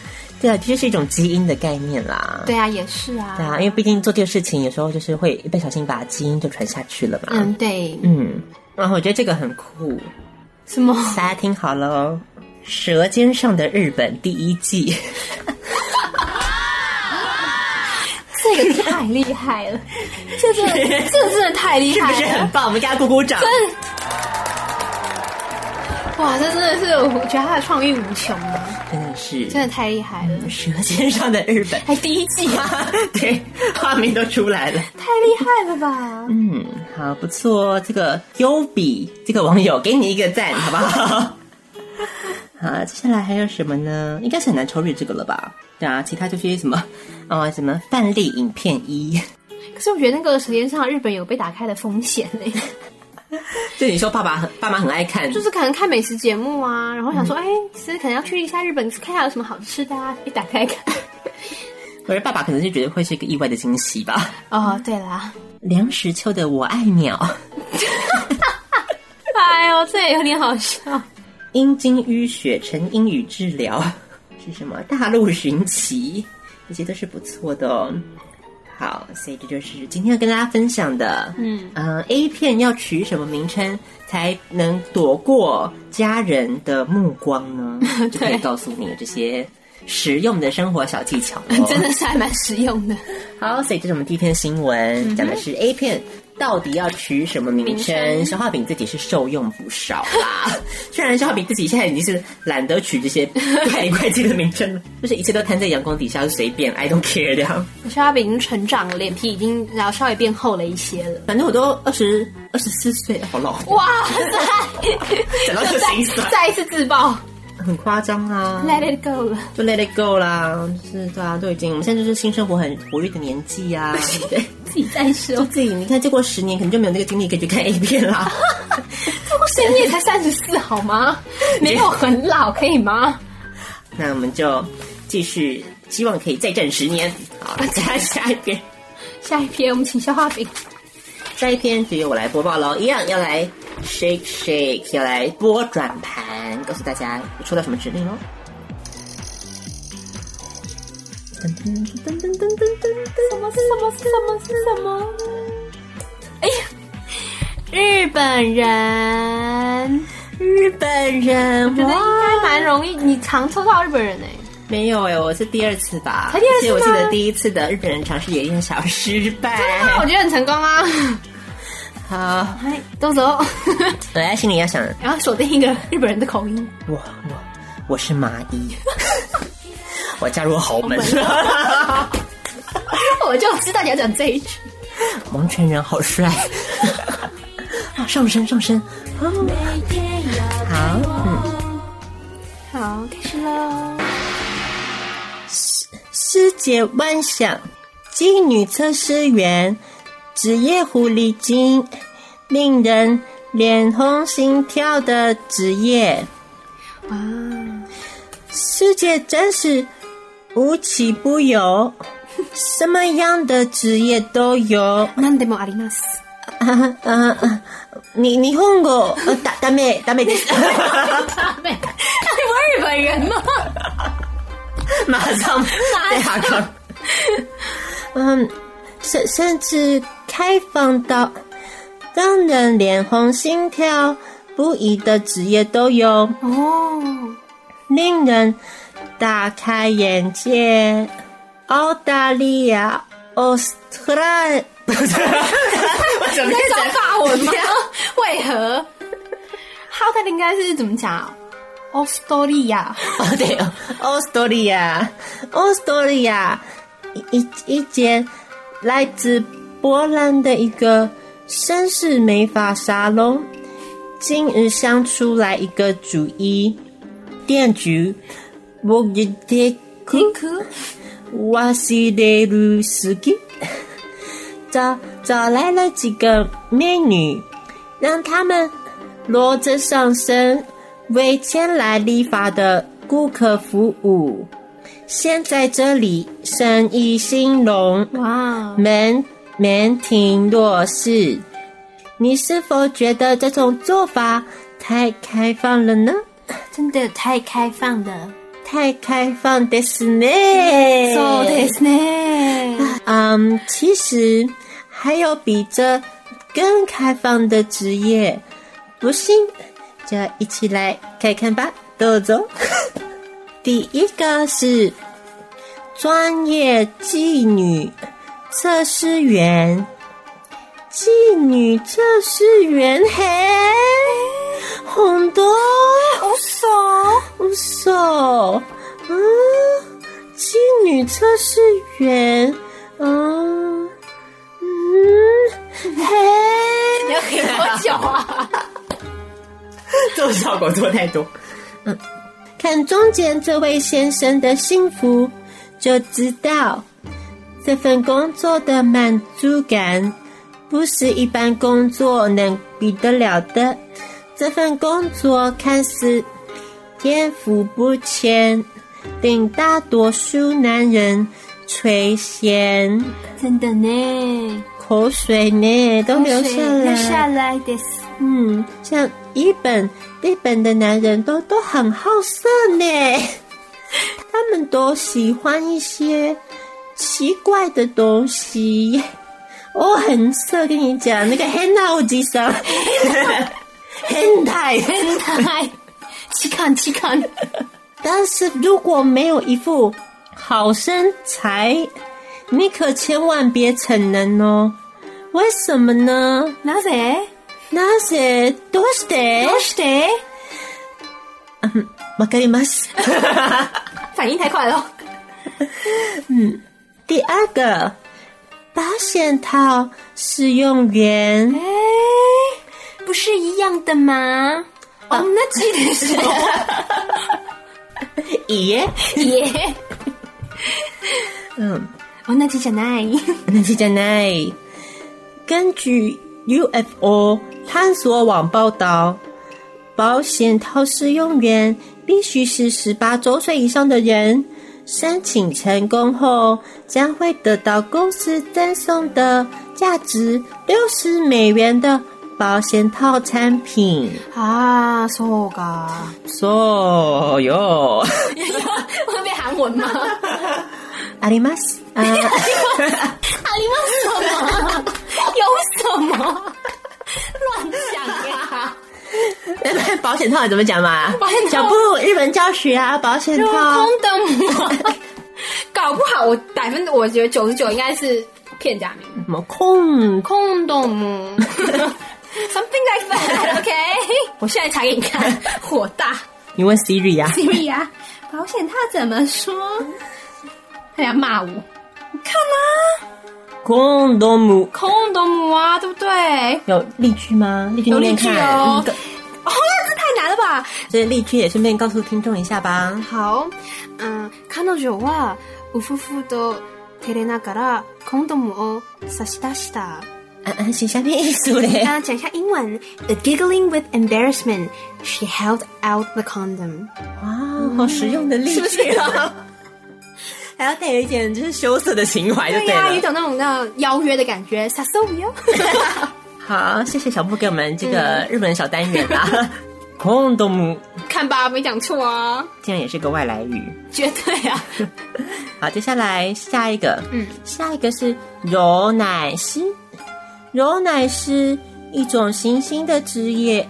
S5: (laughs) 对啊，这是一种基因的概念啦。
S4: (laughs) 对啊，也是啊。
S5: 对啊，因为毕竟做这个事情，有时候就是会一不小心把基因就传下去了嘛。
S4: 嗯，对，
S5: 嗯，然后我觉得这个很酷，
S4: 什么？
S5: 大家听好了哦，《舌尖上的日本》第一季，
S4: 这个太厉害 (laughs) 了，这个这个真的太厉害
S5: (laughs) 不
S4: 了，
S5: 是很棒？我们给他鼓鼓掌。
S4: (laughs) 哇，这真的是，我觉得他的创意无穷啊，
S5: 真的是，
S4: 真的太厉害了，
S5: 舌尖上的日本》
S4: 还第一季，太
S5: (laughs)
S4: (laughs)
S5: 对，画面都出来了。
S4: 厉害了吧？
S5: 嗯，好，不错哦。这个优比这个网友给你一个赞，好不好？ (laughs) 好，接下来还有什么呢？应该是很难抽日这个了吧？对啊，其他就是什么，哦，什么范例影片一， (laughs)
S4: 可是我觉得那个《舌尖上的日本》有被打开的风险嘞、
S5: 就你说爸爸很爸妈很爱
S4: (laughs)
S5: 看，
S4: 就是可能看美食节目啊，然后想说，哎、其实可能要去一下日本，看一下有什么好吃的啊，一打开看。
S5: 我觉得爸爸可能是觉得会是一个意外的惊喜吧。
S4: 哦，对啦，
S5: 梁实秋的《我爱鸟》，
S4: 哎呦，这也有点好 (laughs) 笑。
S5: 阴茎淤血成英语治疗 (laughs) 是什么？大陆寻奇，这些都是不错的哦。好，所以这就是今天要跟大家分享的。
S4: 嗯
S5: 呃，A 片要取什么名称才能躲过家人的目光呢？就可以告诉你这些实用的生活小技巧、哦。
S4: (laughs) 真的是还蛮实用的。
S5: 好，所以这是我们第一篇新闻，讲的是 A 片到底要取什么嗯名称。消化饼自己是受用不少啦， (laughs) 虽然消化饼自己现在已经是懒得取这些怪里怪气的名 (laughs) 称了，就是一切都摊在阳光底下，就随便，I don't care 这样。
S4: 我肖亚饼已经成长了，脸皮已经然后稍微变厚了一些了。
S5: 反正我都二十二十四岁，好老，
S4: 哇 (laughs) 塞！
S5: 讲到就心酸，
S4: 再一次自爆
S5: 很夸张啊，
S4: 啊，Let it go 了。
S5: 就 let it go 啦，就是对啊，都已经我们现在就是新生活很活跃的年纪 (laughs) 啊，对不对？
S4: 自己再说，
S5: 自己你看，再过十年可能就没有那个精力可以去看 A 片 (laughs) 啦。
S4: 不是你也才三十四好 (laughs) 吗？没有很老，可以吗？
S5: 那我们就继续，希望可以再战十年。
S4: (laughs)
S5: 好，下下一篇，
S4: 下一篇我们请消化饼，
S5: 下一篇就由我来播报喽，一样要来 shake shake，要来拨转盘，告诉大家我收到什么指令喽。哦噔噔噔噔噔噔噔噔，
S4: 什么什么什么什么？哎呀，日本人，
S5: 日本人
S4: 我觉得
S5: 哇，
S4: 应该蛮容易，你常抽到日本人哎、
S5: 没有哎、我是第二次吧，
S4: 才第二次
S5: 而且我
S4: 吗哎
S5: 记得第一次的日本人尝试也有点小失败。
S4: 那我觉得很成功啊！
S5: 好，
S4: 嗨，哎都走。 (laughs)
S5: 我在心里要想，
S4: 然后锁定一个日本人的口音，
S5: 我我我是麻
S4: (laughs)
S5: 衣，我嫁入豪
S4: 哦
S5: 门，
S4: 我就知道你要讲这一句。
S5: 蒙圈人好帅， (laughs) 啊上身上身，哦好，嗯，
S4: 好，开始喽。
S5: 师姐万想，妓女测试员，职业狐狸精，令人脸红心跳的职业。
S4: 哇，
S5: 世界真是无奇不有，什么样的职业都有。
S4: なんでもあります。
S5: 啊啊啊！你你混过呃 (laughs) 打打妹打妹です。
S4: 大妹，大妹不是日本人吗？
S5: 马上被哈康。嗯，甚甚至开放到让人脸红心跳不已的职业都有，
S4: 哦，
S5: 令人大开眼界。澳大利亚、澳大利亚，我怎么
S4: 在找法文吗？为何？好，它应该是怎么讲啊？澳大利亚，
S5: (laughs) 哦，对哦，澳大利亚，澳大利亚一一一间来自波兰的一个绅士美发沙龙，今日想出来一个主意，店主我一天哭忘れる好き。找找来了几个美女，让他们裸着上身为前来理发的顾客服务。现在这里生意兴隆，
S4: 哇，
S5: 门门庭若市。你是否觉得这种做法太开放了呢？
S4: 真的太开放了。
S5: 太开放ですね。
S4: そうですね。
S5: 嗯，其实还有比这更开放的职业，不信就一起来看看吧。豆总， (laughs) 第一个是专业妓女测试员，妓女测试员嘿，红多
S4: 好爽！
S5: 手，嗯，妓女测试员，嗯，嗯，嘿，
S4: 你 (laughs) 要给多久啊？
S5: 这效果做太多。嗯，看中间这位先生的幸福，就知道这份工作的满足感不是一般工作能比得了的。这份工作看似艳福不浅，令大多数男人垂涎，
S4: 真的呢，
S5: 口水呢都流下来。
S4: 留下来的。
S5: 嗯，像一本、日本的男人都都很好色 (laughs) 呢，他们都喜欢一些奇怪的东西。哦，很色，跟你讲，那个 henna 我记上 (laughs) ，hentai。
S4: 变 (laughs) 态，去哎看去看。
S5: 但是如果没有一副好身材，你可千万别逞能哦。为什么呢？
S4: なぜ？
S5: 那些都是得
S4: どうして？
S5: わかります。
S4: 反应太快了。
S5: 第二个，保险套试用员
S4: 哎，不是一样的吗？哦，那记得是
S5: 耶，
S4: (laughs) (laughs) 耶。
S5: 嗯，
S4: 哦，那记 (laughs) じゃない。
S5: 那是真奈。根据 UFO 探索网报道，保险套试用员必须是十八周岁以上的人。申请成功后，将会得到公司赠送的价值六十美元的保险套产品。
S4: 啊，そうか。
S5: 所有。
S4: 会被韩文 (laughs) 吗？
S5: あります。啊，
S4: 啊，你们什么？ (laughs) 有什么？乱讲呀！
S5: (laughs) 保险套怎么讲嘛？
S4: 保险套
S5: 小布日本教学啊，保险
S4: 空啊
S5: 套。
S4: 的我，搞不好我百分之我觉得九十九应该是
S6: 片假名。
S5: 什么空？
S6: 空洞木 (laughs) ，something like that，OK？、我现在查给你看，火大
S5: 你问 Siri 呀、
S6: ，Siri 啊，保险他怎么说？他要骂我，你看啊，
S5: 空多姆
S6: 空洞木啊，对不对？
S5: 有例句吗？例句
S6: 有
S5: 念
S6: 例
S5: 念
S6: 句
S5: 看。
S6: 哦
S5: 嗯，
S6: 哦，这太难了吧？
S5: 所以例句也顺便告诉听众一下吧。
S6: 好，嗯，彼女
S4: 啊
S6: は夫婦と照れながらコンドームを差し出した。
S5: 安安写下面意思
S6: (laughs)
S5: 嘞。
S6: 啊，讲一下英文。Giggling with embarrassment, she held out the condom.
S5: 哇，好实用的例句、啊， (laughs) 还要带有一点就是羞涩的情怀就
S6: 对
S5: 对
S6: 哎呀、
S5: 了。
S6: 有种那种那种邀约的感觉。撒手不要。
S5: 好，谢谢小布给我们这个日本小单元啦。空多姆
S6: (laughs) 看吧，没讲错啊，
S5: 竟然也是个外来语。
S6: 绝对 (laughs) 啊。
S5: 好，接下来下一个，
S6: 嗯，
S5: 下一个是揉奶师。揉奶师一种新兴的职业，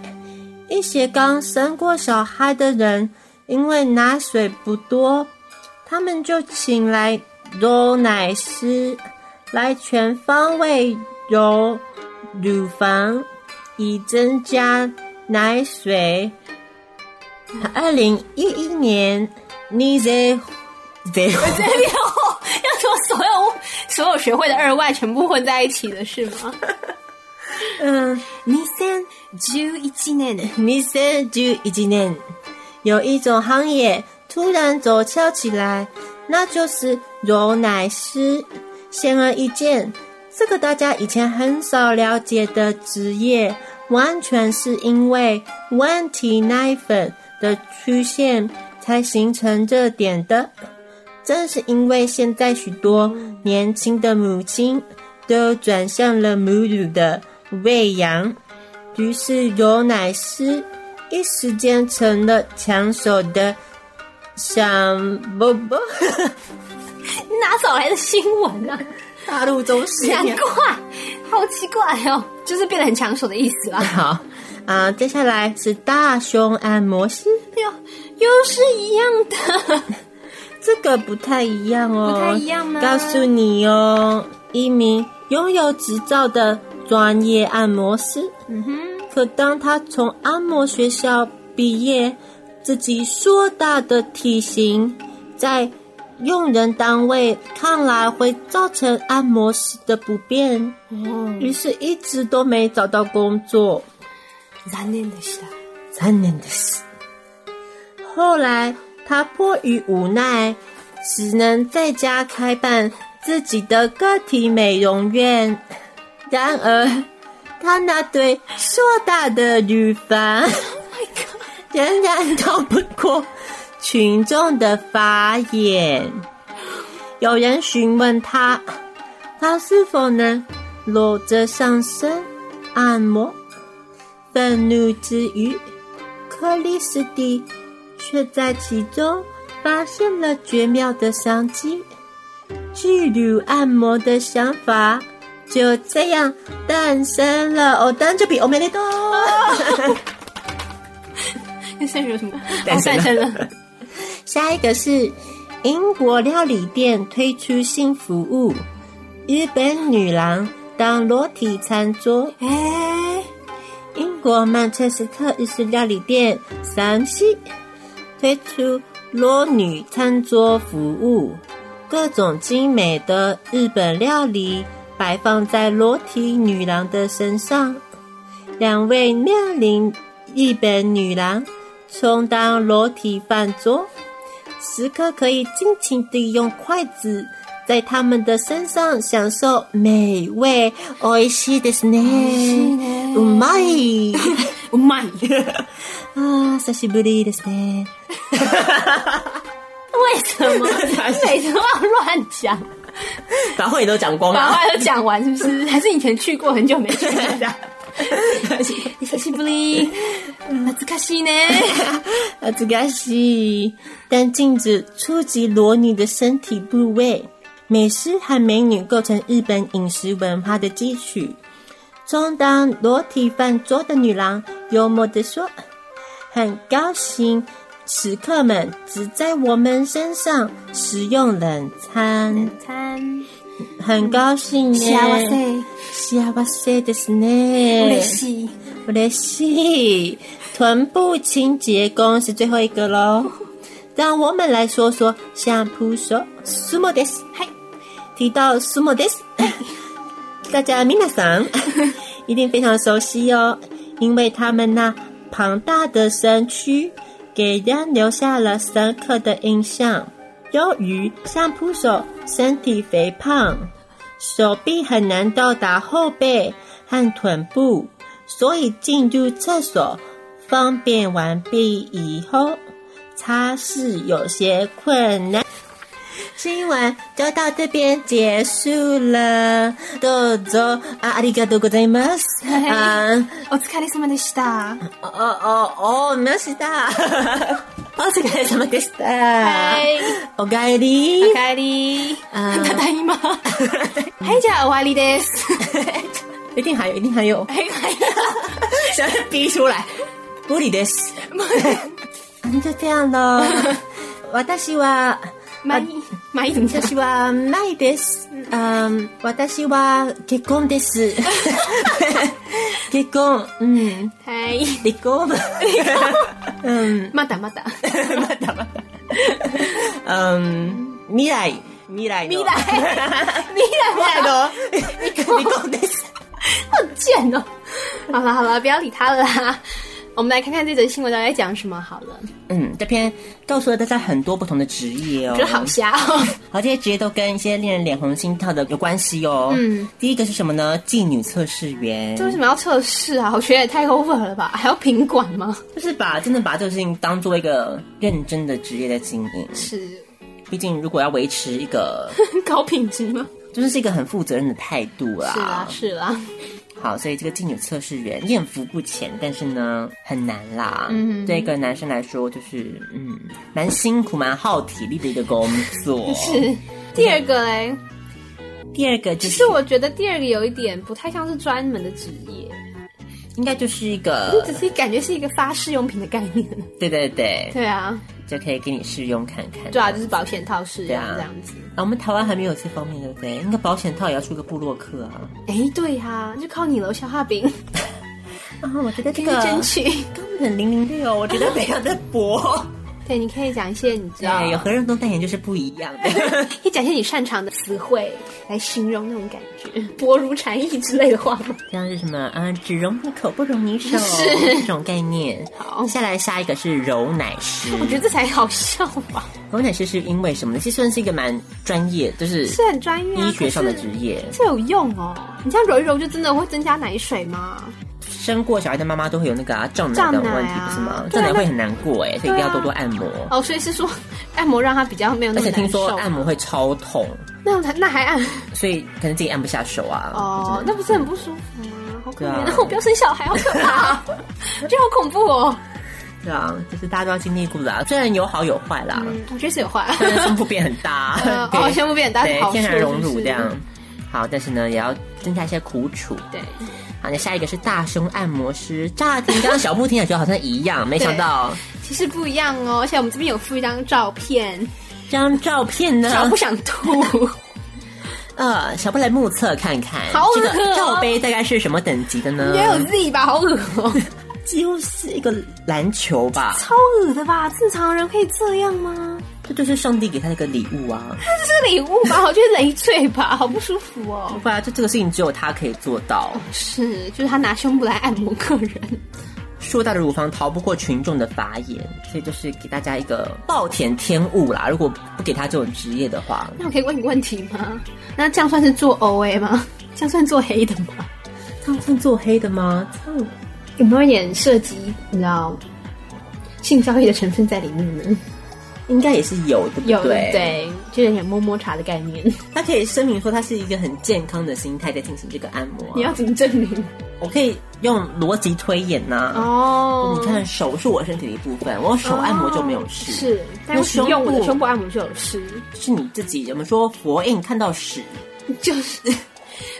S5: 一些刚生过小孩的人，因为奶水不多，他们就请来揉奶师来全方位揉乳房，以增加奶水。二零一一年 n i z e
S6: 没有，要说所有所有学会的二外全部混在一起的是吗？
S5: 嗯。
S6: 二千十一年，
S5: 2011年，有一种行业突然走俏起来，那就是揉奶师。显而易见，这个大家以前很少了解的职业，完全是因为问题奶粉的出现才形成这点的。正是因为现在许多年轻的母亲都转向了母乳的喂养，于是有奶师一时间成了抢手的想不 (laughs) 不
S6: 你哪找来的新闻啊？
S5: 大陆中式
S6: 难怪，好奇怪哦，就是变得很抢手的意思啦。
S5: 好啊、接下来是大胸按摩师，
S6: 哎呦，又是一样的，
S5: (laughs) 这个不太一样哦，
S6: 不太一样吗
S5: 告诉你哦，一名拥有执照的专业按摩师。
S6: 嗯哼，
S5: 可当他从按摩学校毕业，自己硕大的体型在用人单位看来会造成按摩师的不便，于是一直都没找到工作。
S6: 残念的是，
S5: 残念的是，后来他迫于无奈，只能在家开办自己的个体美容院。然而，他那对硕大的乳房仍然逃不过群众的法眼。有人询问他，他是否能裸着上身按摩？愤怒之余，克里斯蒂却在其中发现了绝妙的商机。巨乳按摩的想法就这样诞生了。哦，当这比欧美利多。
S6: 那现在有什么？
S5: 诞生了
S6: 哦生了，
S5: 下一个是英国料理店推出新服务，日本女郎当裸体餐桌。
S6: 哎，
S5: 英国曼彻斯特日式料理店三西推出裸女餐桌服务，各种精美的日本料理摆放在裸体女郎的身上，两位妙龄日本女郎充当裸体饭桌，食客可以尽情地用筷子。在他们的身上享受美味，美味しいですね。うまい
S6: 我卖，
S5: 啊，久しぶりですね。
S6: (laughs) 为什 (laughs) 么？你每次都要乱讲，
S5: 把话也都讲光
S6: (laughs) 把话都讲完，是不是？ (laughs) 还是以前去过，很久没去了。 (laughs) 久しぶり，懐かしい (laughs) ね。
S5: 啊，这个是，但禁止触及裸女的身体部位。美食和美女构成日本饮食文化的基础。充当裸体饭桌的女郎幽默地说：“很高兴食客们只在我们身上食用冷餐。”
S6: 餐
S5: 很高兴呢。
S4: 幸せ、
S5: 幸せですね。
S4: 嬉しい。
S5: 嬉しい。臀部清洁工是最后一个喽。让我们来说说相扑手 sumo です。はい。提到 sumo です。大家皆さん一定非常熟悉哦，因为他们那庞大的身躯给人留下了深刻的印象。由于相扑手身体肥胖，手臂很难到达后背和臀部，所以进入厕所方便完毕以后，擦拭有些困难。新闻就到这边结束了，どうぞあありがとうございます。啊，
S4: お疲れ様でした。
S5: 哦哦哦，ま
S4: (laughs)
S5: した。お疲れ様でした。
S4: はい。
S5: おかえり。
S4: おかえり。
S5: あー
S4: ただいま。はい、じゃあ終わり
S6: (laughs)
S4: です。
S5: 一定还有，一定还有，
S4: はい、はい。
S5: 想要逼出
S6: (laughs)
S5: 来。無理です。就这样 (laughs) 咯。私は、
S4: まあいい。まあいいんだ。
S5: 私はないです。うん、私は結婚です。結婚、うん、
S4: はい。
S5: 離婚。
S4: (laughs)
S5: うん、
S4: またまた。
S5: またまた。うん、未来、未来の。
S4: 未来。未来
S5: (laughs)
S4: は、
S5: 未来の離婚です。
S4: 好贱哦。好了好了，不要理他了啦。我们来看看这则新闻到底在讲什么好了，
S5: 嗯，这篇告诉了大家很多不同的职业哦
S4: 觉。得好瞎哦。
S5: 好，这些职业都跟一些令人脸红心跳的有关系哦。
S4: 嗯，
S5: 第一个是什么呢？妓女测试员，
S4: 这为什么要测试啊？我觉得也太 over 了吧？还要品管吗？
S5: 就是把真的把这个事情当做一个认真的职业在经营。
S4: 是
S5: 毕竟如果要维持一
S4: (laughs)
S5: 个，
S4: 很高品质吗？啊
S5: 就是是一个很负责任的态度啦。
S4: 是啦是啦，
S5: 好，所以这个妓女测试员艳福不浅，但是呢很难啦。嗯，对一个男生来说，就是嗯蛮辛苦、蛮耗体力的一个工作。
S4: (laughs) 是。第二个嘞，
S5: 第二个就
S4: 其
S5: 是
S4: 实我觉得第二个有一点不太像是专门的职业，
S5: 应该就是一
S4: 这
S5: 个
S4: 只，是感觉是一个发饰用品的概念。
S5: 对对对，
S4: 对啊，
S5: 就可以给你试用看看。
S4: 对啊，就是保险套式
S5: 对啊
S4: 啊这样子。
S5: 啊，我们台湾还没有这方面，对不对？那个保险套也要出个布洛克啊！
S4: 哎，对呀，就靠你楼小画饼，
S5: 啊，我觉得
S4: 给
S5: 这
S4: 你 (laughs) 争取。
S5: 根本零零六，我觉得没有在
S4: (laughs)
S5: 播。
S4: 对，你可以讲一些你知道，
S5: 对，有何润东代言就是不一
S4: (laughs)
S5: 样的。
S4: 可以讲一些你擅长的词汇来形容那种感觉， (laughs) 薄如蝉翼之类的话吗？
S5: 像是什么啊，只容你口，不容
S4: (laughs)
S5: 你手，这种概念。
S4: 好
S5: 下来下一个是揉奶师。
S4: 我觉得这才好笑吧，
S5: 揉奶师是因为什么呢？其实算是一个蛮专业，就是
S4: 是很专业、啊，
S5: 医学上的
S4: 可
S5: 职
S4: 是
S5: 业。
S4: 这有用哦。你这样揉一揉，就真的会增加奶水吗？
S5: 生过小孩的妈妈都会有那个啊胀奶的
S4: 胀奶啊
S5: 问题，不是吗？
S4: 对
S5: 胀
S4: 啊
S5: 奶会很难过哎，所以一定要
S4: 对啊
S5: 多多按摩。
S4: 哦，所以是说 (laughs) 按摩让它比较没有那
S5: 而
S4: 么
S5: 且
S4: 难
S5: 听说
S4: 受。
S5: 按摩会超痛，
S4: 那还那还按
S5: 所以可能自己按不下手啊。
S4: 哦，那不是很不舒服吗？好可
S5: 对啊
S4: 怜，然后我不要生小孩，好可怕，我觉得好恐怖哦。
S5: 对啊，就是大家都要经历过的啊，虽然有好有坏啦，
S4: 嗯，我觉得是有
S5: (laughs)
S4: 坏啊。
S5: 但是胸部变很
S4: (laughs)
S5: 大
S4: 呃，
S5: (laughs) 对
S4: 哦胸部变很大
S5: 对
S4: 是好，
S5: 天然
S4: 处
S5: 隆
S4: 是不
S5: 乳
S4: 是
S5: 这样。好，但是呢，也要增加一些苦楚。
S4: 对，
S5: 好，那下一个是大胸按摩师。乍听刚刚小布听起来觉得好像一样，没想到
S4: 其实不一样哦，而且我们这边有附一张照片，
S5: 这张照片呢，
S4: 小不想吐。
S5: 呃，小布来目测看看，
S4: 好
S5: 这
S4: 恶
S5: 个
S4: 哦
S5: 罩杯大概是什么等级的呢？
S4: 也有 Z 吧，好恶哦、
S5: 几乎是一个篮球吧，
S4: 超恶的吧？正常人可以这样吗？
S5: 这就是上帝给他的一个礼物啊。
S4: 这是礼物吧？我觉得累赘吧，好不舒服哦。
S5: 不然啊就这个事情只有他可以做到。
S4: (laughs) 是，就是他拿胸部来按摩客人，
S5: 硕大的乳房逃不过群众的法眼，所以就是给大家一个暴殄天物啦。如果不给他这种职业的话，
S4: 那我可以问你问题吗？那这样算是做 OA 吗？这样算做黑的吗？
S5: 这样算做黑的吗？
S4: 有没有一点涉及你知道性交易的成分在里面呢？
S5: 应该也是有，对不
S4: 有
S5: 对？，
S4: 对，就有点摸摸茶的概念。
S5: 他可以声明说他是一个很健康的心态在进行这个按摩啊、
S4: 你要怎么证明？
S5: 我可以用逻辑推演呐、
S4: 哦
S5: 你看，手是我身体的一部分，我手按摩就没有事，
S4: 是，但是
S5: 那胸
S4: 用我的
S5: 部
S4: 胸部按摩就有事。
S5: 是你自己怎么说佛印看到屎
S4: 就是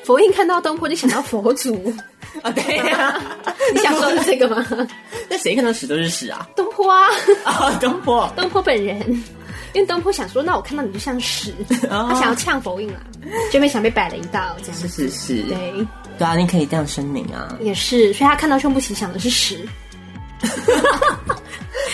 S4: 佛印看到东坡就想到佛祖，
S5: 啊？对 (laughs) 呀、
S4: (laughs) 你想说的是这个吗？ (laughs)
S5: 那谁看到屎都是屎啊？ (laughs)
S4: 东坡啊，
S5: 啊，东坡，
S4: 东坡本人，因为东坡想说，那我看到你就像屎，(laughs)
S5: 哦
S4: 他想要呛否印啦，就没想被摆了一道这样
S5: 是
S4: 子。
S5: 是是，
S4: 哦对，
S5: 对啊，你可以这样声明啊，
S4: 也是，所以他看到胸部其实想的是屎，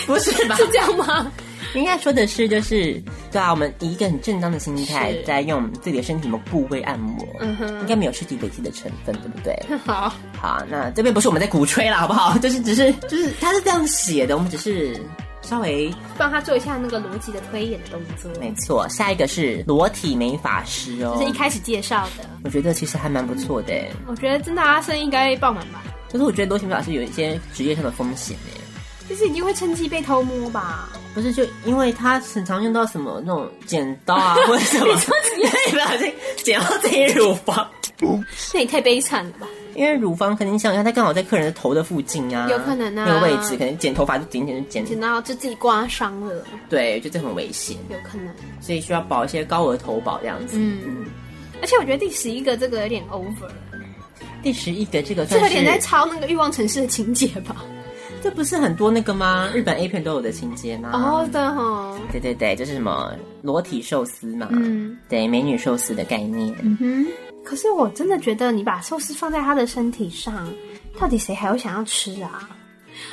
S5: 不是吧
S4: 是这样吗？
S5: 应该说的是，就是对啊，我们以一个很正当的心态，
S4: 是
S5: 在用自己的身体某部位按摩，
S4: 嗯哼
S5: 应该没有身体累积的成分，对不对？ (laughs)
S4: 好，
S5: 好，那这边不是我们在鼓吹啦，好不好？ (laughs) 就是只是就是他是这样写的，我们只是稍微
S4: 帮他做一下那个逻辑的推演的动作，
S5: 没错。下一个是裸体美发师哦
S4: 这是一，开始介绍的。
S5: 我觉得其实还蛮不错的耶，
S4: 我觉得真的阿啊生应该爆满吧，
S5: 就是我觉得裸体美发师有一些职业上的风险耶。
S4: 就是一定会趁机被偷摸吧？
S5: 不是，就因为他很常用到什么那种剪刀啊，或者
S4: (laughs)
S5: 什么，你不 (laughs) 小心剪到自己乳房，
S4: 那也太悲惨了吧？
S5: 因为乳房肯定想一下，它刚好在客人的头的附近啊，
S4: 有可能啊
S5: 那个位置可能剪头发就剪剪就剪，
S4: 剪到就自己刮伤了，
S5: 对，就这很危险，
S4: 有可能。
S5: 所以需要保一些高额投保这样子。
S4: 嗯而且我觉得第十一个这个有点 over，
S5: 第十一个这个
S4: 这
S5: 算
S4: 有
S5: 是
S4: 点在抄那个欲望城市的情节吧？
S5: 这不是很多那个吗？日本 A 片都有的情节吗？
S4: 哦，对哈，
S5: 对对对，就是什么裸体寿司嘛，
S4: 嗯
S5: 对，美女寿司的概念。
S4: 嗯哼。可是我真的觉得你把寿司放在他的身体上，到底谁还会想要吃啊？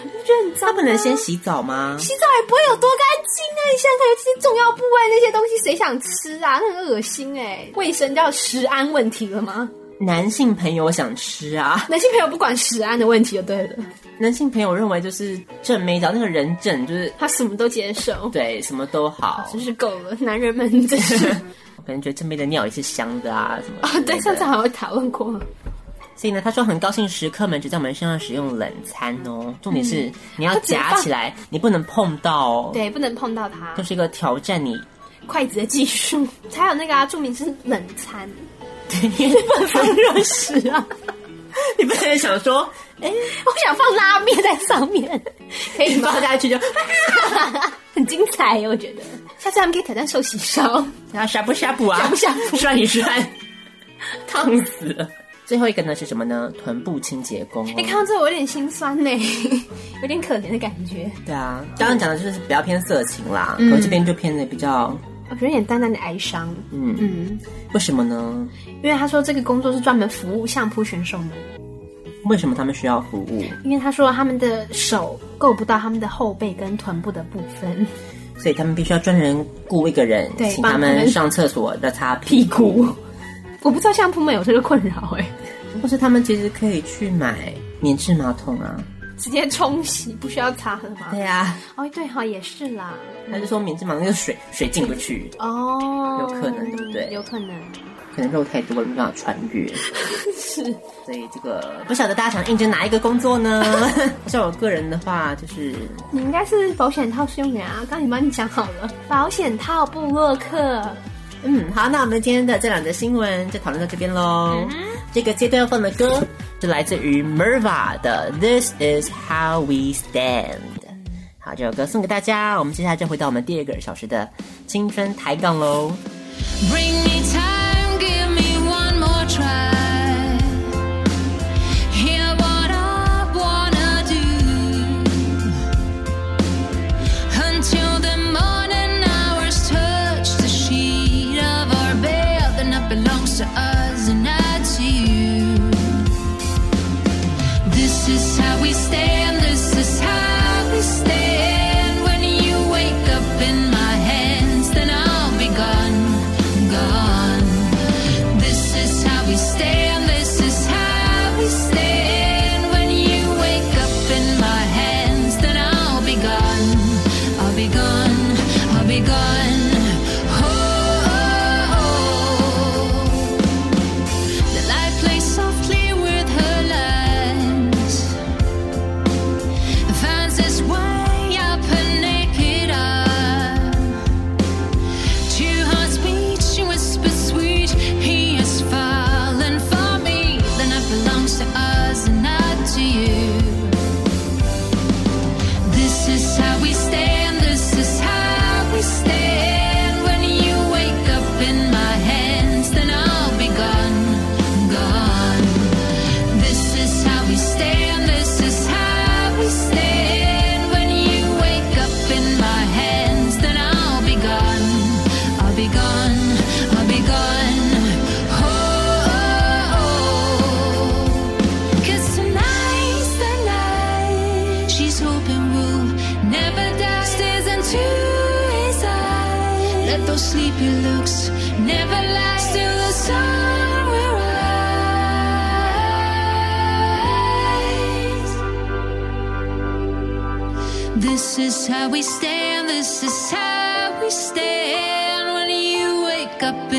S4: 你不觉得很脏吗？
S5: 他不能先洗澡吗？
S4: 洗澡也不会有多干净啊！你想想看，尤其是重要部位那些东西，谁想吃啊？那很恶心哎、卫生叫食安问题了吗？
S5: 男性朋友想吃啊， (laughs)
S4: 男性朋友不管食安的问题就对了，
S5: 男性朋友认为就是正妹找那个人正就是
S4: 他什么都接受，
S5: 对什么都好，
S4: 真哦是够了。男人们真是 (laughs)
S5: 我可能觉得正妹的尿也是香的啊什么
S4: 啊
S5: 之类，的
S4: 对，上次好像讨论过，
S5: 所以呢，他说很高兴食客们只在我们身上使用冷餐哦，重点是你要夹起来，你不能碰到哦。，
S4: 对，不能碰到它
S5: 就。是一个挑战你，
S4: 筷子的技术，还有那个啊，著名是冷餐，
S5: 你
S4: 不能放热食啊。
S5: 你不能哎想说
S4: (laughs) 我想放拉面在上面，可以吗
S5: 放？下去就，
S4: 啊很精彩耶，我觉得。下次他们可以挑战寿喜烧。
S5: 然后呷不呷哺啊，
S4: 呷
S5: (laughs)
S4: 不呷哺
S5: 涮一涮， (laughs) 烫死了。最后一个呢是什么呢？臀部清洁工、哦。
S4: 哎、看到这我有点心酸呢， (laughs) 有点可怜的感觉。
S5: 对啊，嗯刚刚讲的就是比较偏色情啦，可是这边就偏的比较，
S4: 我觉得有点淡淡的哀伤，
S5: 嗯嗯，为什么呢？
S4: 因为他说这个工作是专门服务相扑选手们，
S5: 为什么他们需要服务？
S4: 因为他说他们的手够不到他们的后背跟臀部的部分，
S5: 所以他们必须要专人雇一个人，
S4: 对
S5: 请
S4: 帮他
S5: 他们
S4: 们
S5: 上厕所要擦屁股，
S4: (laughs) 我不知道相扑们有这个困扰哎，
S5: 或是他们其实可以去买免治马桶啊。
S4: 直接冲洗不需要擦的吗？
S5: 对啊，
S4: 哦，对哈、也是啦，
S5: 他就说免治马桶那个水水进不去，
S4: 哦，
S5: 有可能对不对
S4: 有可能，
S5: 可能肉太多了没办法穿越。
S4: (laughs) 是
S5: 所以这个不晓得大家想应征哪一个工作呢？ (laughs) 像我个人的话，就是
S4: 你应该是保险套使用员啊，刚才你帮你讲好了，保险套布洛克。
S5: 嗯，好，那我们今天的这两则新闻就讨论到这边喽。这个阶段要放的歌是来自于 Merva 的《This Is How We Stand》。好，这首歌送给大家。我们接下来就回到我们第二个小时的青春抬杠喽。
S7: Bring me time, give me one more try. Hear what I wanna do until the morning hours touch the sheet of our bed, then it belongs to us and not to you. This is how we stand, this is how we stand. When you wake up in my hands, then I'll be gone, gone. Oh, gone. Oh, oh, oh. 'Cause tonight's the night she's hoping will never die. Stares into his eyes. Let those sleepy looks never lie. Still the sun will rise. This is how we stand, this is how we stand when you wake up in Oh,